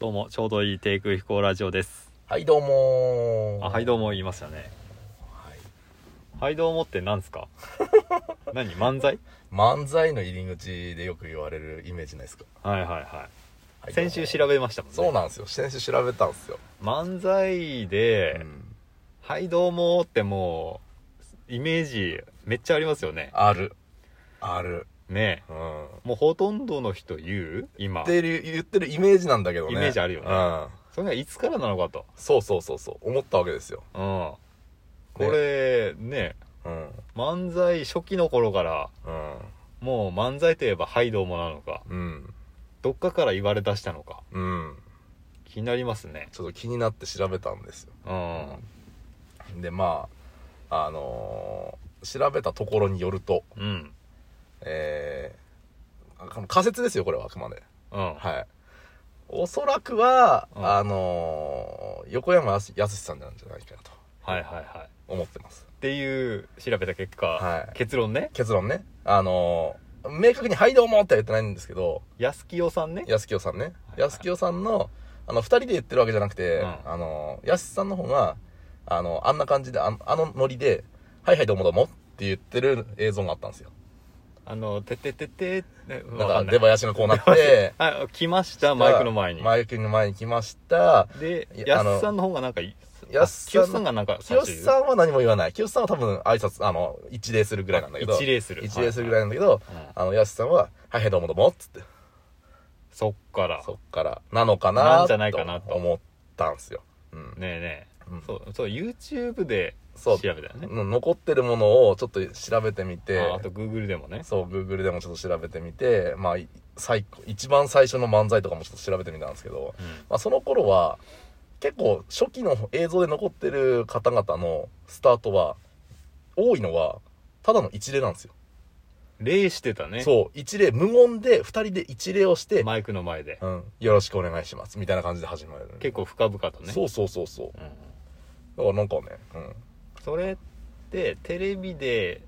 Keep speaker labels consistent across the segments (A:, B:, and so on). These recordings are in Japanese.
A: どうもちょうどいい低空飛行ラジオです
B: はいどうもー
A: あはいどうも言いましたね
B: はい
A: はいどうもってなんです か何漫才
B: 漫才の入り口でよく言われるイメージないですか、
A: はいはいは
B: はいい
A: 先週調べましたもんね
B: そうなんですよ先週調べたんですよ、
A: 漫才で、
B: うん
A: はいどうもってもうイメージめっちゃありますよね
B: あるある
A: ねえ
B: うん
A: もうほとんどの人言う今
B: ってる言ってるイメージなんだけどね
A: イメージあるよね
B: うん
A: それはいつからなのかと
B: そうそうそうそう思ったわけですよ
A: うんこれね
B: うん
A: 漫才初期の頃から
B: うん
A: もう漫才といえば「はいどうも」なのか
B: うん
A: どっかから言われ出したのか
B: うん
A: 気になりますね
B: ちょっと気になって調べたんですよ
A: うん
B: でまああのー調べたところによると
A: うん
B: えーあ仮説ですよこれはあくまで
A: うん
B: はい。おそらくは、
A: うん
B: あのー横山やすやすしさんなんじゃないかなと
A: はいはいはいっ
B: 思ってます。
A: ていう調べた結果、
B: はい
A: 結論ね
B: 結論ね。あのー明確に、はいどうもっては言ってないんですけど、
A: 安清さんね
B: 安清さんね。
A: はい
B: 安清さんの、あの、二人で言ってるわけじゃなくて、
A: うん
B: あのー、安しさんの方が、あの、あんな感じで、ああのノリで、はいはいどうもどうもって言ってる映像があったんですよ。
A: あの「てててて」ね
B: だ
A: わ
B: か、
A: からんない
B: 出囃子のこうなって、
A: あ来ましたマイクの前に
B: マイクの前に来ました。
A: で
B: いや
A: や
B: あの
A: すさんの方がなんかい
B: や
A: あ
B: すさん
A: 清さんがなんか
B: 清
A: 最初
B: さんは何も言わない。清さんは多分挨拶、あの、一礼するぐらいなんだけど。
A: 一礼する
B: 一礼するぐらいなんだけど、
A: はいはいうん
B: あの、やすさんは、はいはいどうもどうもっつって、
A: そっから
B: そっから、なのかな
A: なんじゃないかなと
B: 思ったんすよ。うん。
A: ねえねえ、
B: うん
A: そうそう YouTube で
B: そ
A: 調
B: う
A: べたよね
B: の残ってるものをちょっと調べてみて、
A: ああと Google でもね
B: そう、Google でもちょっと調べてみて、まあ、い最高、一番最初の漫才とかもちょっと調べてみたんですけど、
A: うん
B: まあ、その頃は、結構初期の映像で残ってる方々のスタートは、多いのは、ただの一礼なんですよ。
A: 礼してたね
B: そう、一礼、無言で、二人で一礼をして、
A: マイクの前で
B: うん、よろしくお願いします、みたいな感じで始まる。
A: 結構深々とね
B: そうそうそうそう。だ
A: うん
B: からなんかね、うん。
A: それってテレビで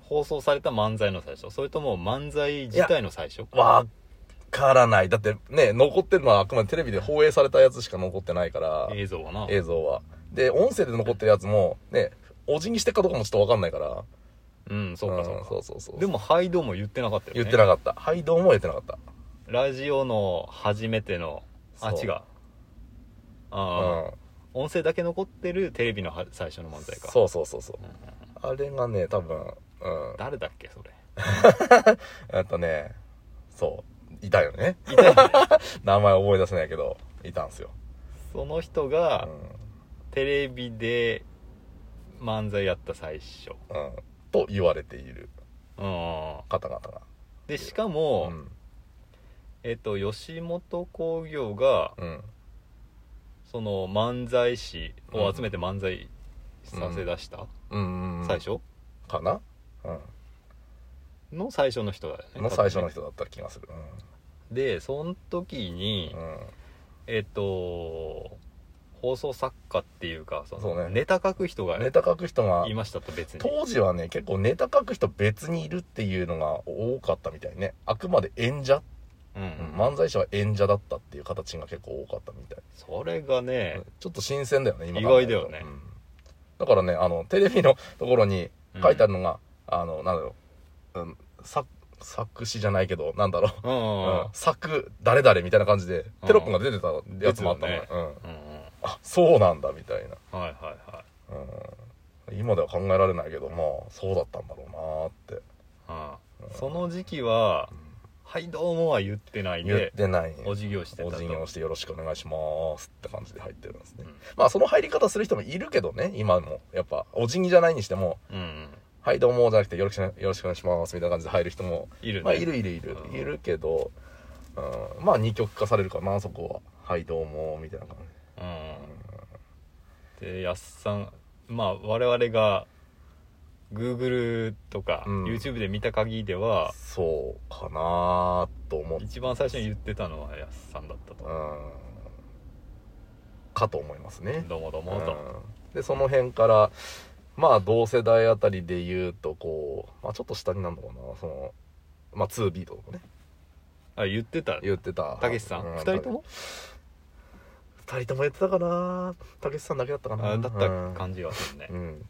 A: 放送された漫才の最初それとも漫才自体の最初
B: わからない。だってね、残ってるのはあくまでテレビで放映されたやつしか残ってないから、
A: 映像はな
B: 映像は。で、音声で残ってるやつも、ね、お辞儀してっかどうかもちょっとわかんないから。
A: うんそうかそう
B: うん
A: か
B: そうそうそう。
A: で、も「はいどうも」言ってなかったよね
B: 言ってなかった。はい、どうも言ってなかった。
A: ラジオの初めてのあ
B: そう
A: 違うああ、音声だけ残ってるテレビのは最初の漫才か
B: そうそうそうそう
A: うんうんうん
B: あれがね、多分、うん。
A: 誰だっけそれ
B: えっとね、そう、いたよね。
A: いたよね
B: 名前思い出せないけど、いたんすよ。
A: その人
B: う
A: が
B: ん。
A: テレビで漫才やった最初
B: うん、と言われている
A: うん
B: 方々が。
A: でしかも、
B: うん
A: えっと吉本興業が
B: うん
A: その漫才師を集めて漫才させ出した、
B: うんうん、
A: 最初
B: かな、うん
A: の最初の人だよね
B: の最初の人だった気がする。
A: でその時に
B: うん、うん
A: えっと放送作家っていうかそ
B: そう
A: の
B: ね
A: ネタ書く人が
B: ネタ書く人が
A: いましたと別に
B: 当時はね結構ネタ書く人別にいるっていうのが多かったみたいねあくまで演者、
A: うん
B: うん漫才師は演者だったっていう形が結構多かったみたい、
A: それがね
B: ちょっと新鮮だよね今
A: 意外だよね
B: 考えるとうんだからねあのテレビのところに書いてあるのが、あのなんだろう、うん、作作詞じゃないけどなんだろう
A: うんうんうん
B: うん作誰々みたいな感じでテロップが出てたやつもあったのね
A: です
B: うん
A: うんうん
B: あそうなんだみたいな、
A: はいはいはい
B: うん、今では考えられないけどまあそうだったんだろうなーって、
A: うんその時期は
B: う
A: 「はいどうも」は言ってない
B: ん、言っ
A: で
B: てない
A: お辞儀をしてた
B: お
A: と
B: 辞儀をしてよろしくお願いしますって感じで入ってるんですね、
A: うん
B: まあその入り方する人もいるけどね今もやっぱお辞儀じゃないにしても
A: うんうん
B: はいどうもじゃなくてよろしくよろしくお願いしますみたいな感じで入る人も
A: いるね
B: まあいるいるいる
A: うん
B: いるけど、うん、まあ二極化されるかなそこははいどうもみたいな感じ
A: うん、でやっさんまあ我々が Google とか
B: うん
A: YouTube で見た限りでは、
B: そうかなーと思って
A: 一番最初に言ってたのはやっさんだった
B: う
A: と、
B: んかと思いますね
A: どうもどう
B: う
A: もと、
B: んでその辺からまあ同世代あたりで言うとこう、まあ、ちょっと下になるのかなそのまあ2ビートとかね
A: あ言ってた
B: 言ってた
A: たけしさん、
B: う
A: 二人とも
B: 2人ともやってたかなたけしさんだけだったかな
A: あだっ
B: うん
A: た感じはするね
B: うん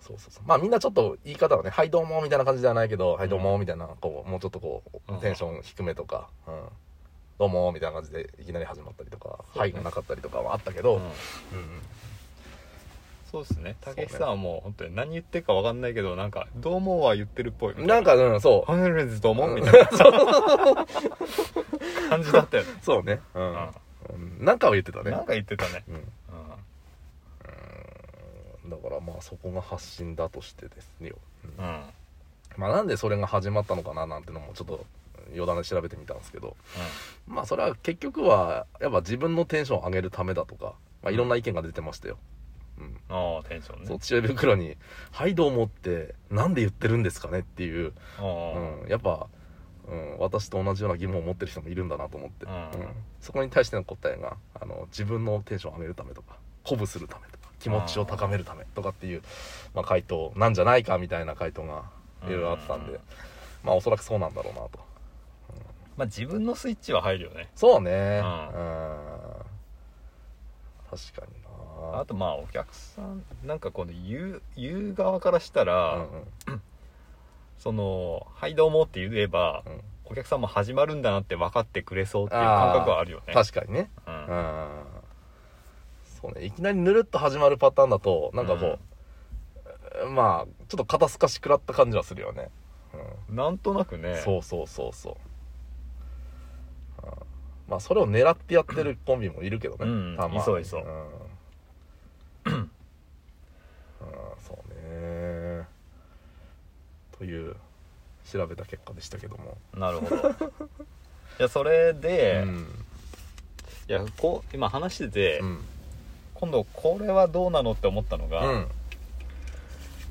B: そうそうそうまあみんなちょっと言い方はね「はいどうも」みたいな感じじゃないけど「はいどうも」みたいなこうもうちょっとこう
A: うん
B: テンション低めとか「うん、どうも」みたいな感じでいきなり始まったりとか「
A: そうね
B: はい」がなかったりとかはあったけど、
A: う
B: うん
A: ん
B: うん
A: そうですねたけしさんはもう本当に何言ってるか分かんないけどなんか「どうも」は言ってるっぽい
B: なんかう
A: 「
B: んそう
A: ハンレズどうも」みたい な感じだったよね
B: そうねう
A: うんん、
B: うん、なんかは言ってたね
A: なんか言ってたね
B: うん
A: うん
B: だからまあそこが発信だとしてですよ、うん
A: うんうん
B: まあなんでそれが始まったのかななんてのもちょっと余談で調べてみたんですけどまあそれは結局はやっぱ自分のテンションを上げるためだとか、まあ、いろんな意見が出てましたよ、うん、
A: ああテンション
B: そう
A: ね
B: 知恵袋に「はいどうも」ってなんで言ってるんですかねっていう、
A: うん
B: うん、やっぱ、うん、私と同じような疑問を持ってる人もいるんだなと思って、
A: うん
B: そこに対しての答えがあの自分のテンションを上げるためとか鼓舞するためとか気持ちを高めるためとかっていう、まあ、回答なんじゃないかみたいな回答がいろいろあったんで、
A: うん
B: まあおそらくそうなんだろうなと
A: まあ自分のスイッチは入るよね
B: そうね
A: う
B: うんん確かにな
A: あとまあお客さんなんかこの言う言う側からしたら、
B: うんうん
A: その「はいどうも」って言えば、
B: うん
A: お客さんも始まるんだなって分かってくれそうっていう感覚はあるよね
B: 確かにね
A: う
B: うんんそうねいきなりぬるっと始まるパターンだとなんかこう、まあちょっと肩透かし食らった感じはするよね、うん
A: なんとなくね
B: そうそうそうそううんまあそれを狙ってやってるコンビもいるけどね、
A: うん
B: たまに、
A: いそうい そうん
B: うんそうねという調べた結果でしたけども、
A: なるほ どいやそれで、
B: う
A: い
B: ん
A: やこう今話してて、
B: うん
A: 今度これはどうなのって思ったのが、
B: うん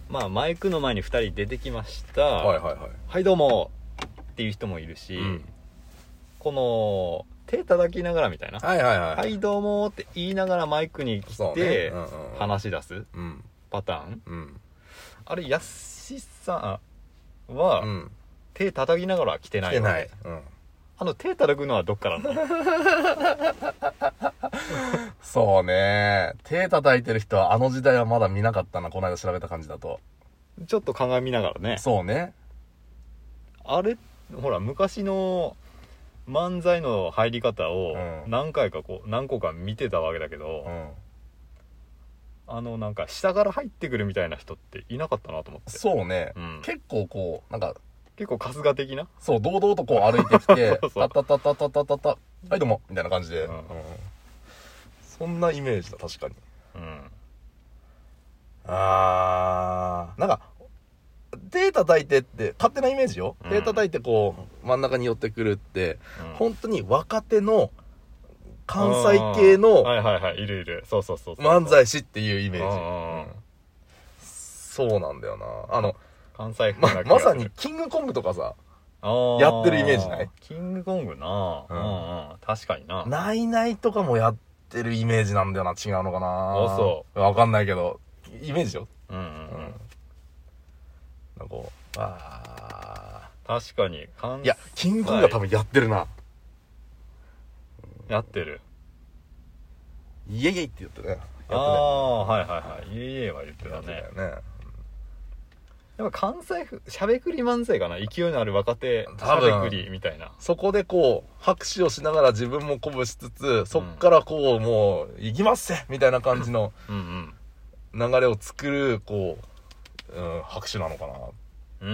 A: まあマイクの前に2人出てきました「
B: はいはいは
A: はいどうも」っていう人もいるし、
B: い、うん、
A: この手叩きながらみたいな「
B: はいはいはい
A: はいどうも」って言いながらマイクに来
B: そうね
A: て、
B: うんうんうん
A: 話し出す
B: うん
A: パターン
B: うん
A: あれやっしさんは、
B: うん
A: 手叩きながらは来てない
B: 来て
A: よね
B: ない、うん、
A: あの手叩くのはどっからな の
B: そうね手叩いてる人はあの時代はまだ見なかったなこの間調べた感じだと
A: ちょっと鏡見ながらね
B: そうね
A: あれほら昔の漫才の入り方を
B: うん
A: 何回かこう何個か見てたわけだけど、
B: うん
A: あのなんか下から入ってくるみたいな人っていなかったなと思って
B: そうね、
A: うん
B: 結構こうなんか
A: 結構春日的な
B: そう堂々とこう歩いてき て
A: そう
B: 「
A: そ
B: タ
A: う
B: タタタタタタタはいどうも」みたいな感じで、
A: うん
B: うんそんなイメージだ確かに
A: うん
B: あーなんか手叩いてって勝手なイメージよ、
A: うん
B: 手叩いてこう真ん中に寄ってくるって
A: うん
B: 本当に若手の関西系の
A: はいはいはいいるいるそうそうそうそう
B: 漫才師っていうイメージ、
A: うんうんうん
B: うんそうなんだよなあの
A: 関西風
B: ま
A: な気
B: ま
A: がす
B: さ
A: る
B: にキングコングとかさ
A: あー
B: やってるイメージない
A: キングコングなう
B: うんん
A: うん確かにな
B: ないないとかもやってるイメージなんだよな、違うのかな。。
A: あそう
B: わかんないけど、イメージよ。
A: うんうん
B: う
A: うん。
B: なんかこう、あ
A: 確かに関
B: ーいや、キングコングが多分やってるな。
A: やってる
B: イエイエイって言ってね。やって
A: ああはいはいはいいえいえは言って
B: や
A: た
B: ってた
A: ね
B: よね。
A: やっぱ関西風しゃべくり漫才かな勢いのある若手しゃ
B: 多
A: べ
B: 分
A: くりみたいな
B: そこでこう、拍手をしながら自分も鼓舞しつつ、そっからこう、もう、行きますぜみたいな感じの
A: うん
B: 流れを作る、こう、うん、拍手なのかな。
A: うんう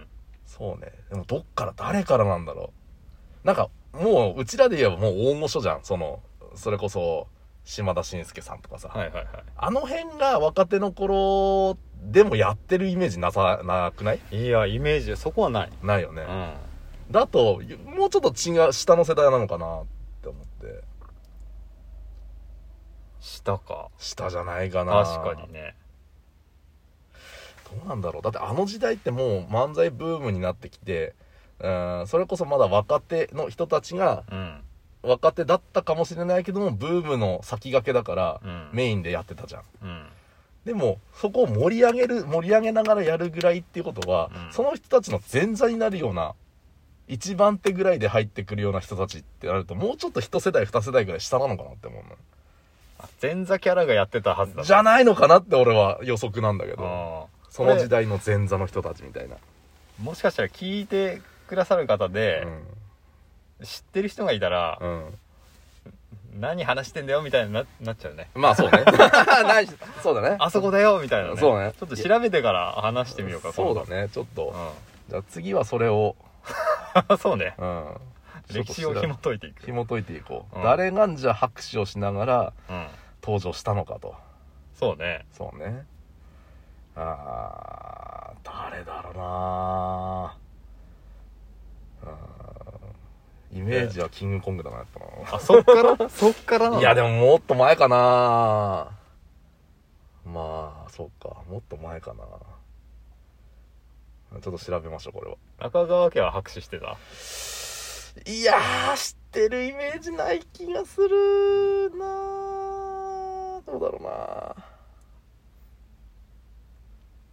A: ん
B: そうね。でもどっから誰からなんだろう。なんか、もう、うちらで言えばもう大御所じゃん。その、それこそ、島田紳介さんとかさ。
A: はいはいはい
B: あの辺が若手の頃でもやってるイメージなさ、なくない
A: いやイメージそこはない
B: ないよね。
A: うん
B: だと、もうちょっと違う、下の世代なのかなって思って。
A: 下か
B: 下じゃないかな。
A: 確かに。ね
B: どうなんだろう。だってあの時代ってもう漫才ブームになってきて、うん、それこそまだ若手の人たちが
A: うん
B: 若手だったかもしれないけどもブームの先駆けだから、
A: うん
B: メインでやってたじゃん
A: うん
B: でもそこを盛り上げる盛り上げながらやるぐらいっていうことは、
A: うん
B: その人たちの前座になるような一番手ぐらいで入ってくるような人たちってなるともうちょっと一世代二世代ぐらい下なのかなって思うの
A: あ前座キャラがやってたはずだ
B: じゃ
A: な
B: ないのかなって俺は予測なんだけど
A: あー
B: その時代の前座の人たちみたいな、
A: これもしかしたら聞いてくださる方で、知ってる人がいたら、
B: うん、うん、
A: 何話してんだよみたいにななっちゃうね
B: まあ そうねないそうだね
A: あそこだよみたいなね
B: そうね
A: ちょっと調べてから話してみようか
B: そうだねちょっと、
A: 今
B: じゃあ次はそれを、
A: 度うん そうね
B: うん、
A: 歴史を
B: ちょっと
A: 紐解いていく、
B: 紐解いていこう、
A: うん
B: 誰がんじゃ拍手をしながら
A: うん、
B: 登場したのかと
A: そうね
B: そうねあー誰だろうなうんイメージはキングコングだなやっ
A: あそっから そっから
B: ぱ
A: な
B: ないやで
A: も
B: ももっと前かなまあそうかもっと前かなちょっと調べましょうこれは
A: 中川家は拍手してた
B: いやー、知ってるイメージない気がするなーどうだろ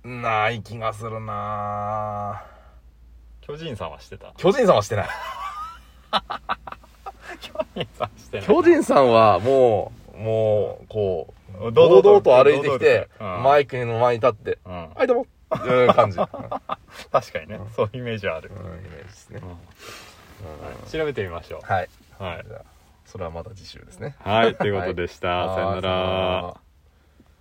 B: うなない気がするな
A: 巨人さんはして た
B: 巨人さんはしてない。
A: 巨人さんしてない
B: 巨人さんはもう、もう、こう、
A: 堂々
B: 堂
A: と
B: 々と歩いてきて、
A: 堂々とうん
B: マイクの前に立って、
A: うん
B: はい、どうもっていう 感じ。うん
A: 確かにねそういうイメージはある、
B: うんイメージですね
A: う。ん
B: うん
A: 調べてみましょ
B: はい。
A: うはい
B: じゃあ、それはまた次週ですね。
A: はいということでした、
B: はい
A: さよな
B: さよな
A: ら
B: ら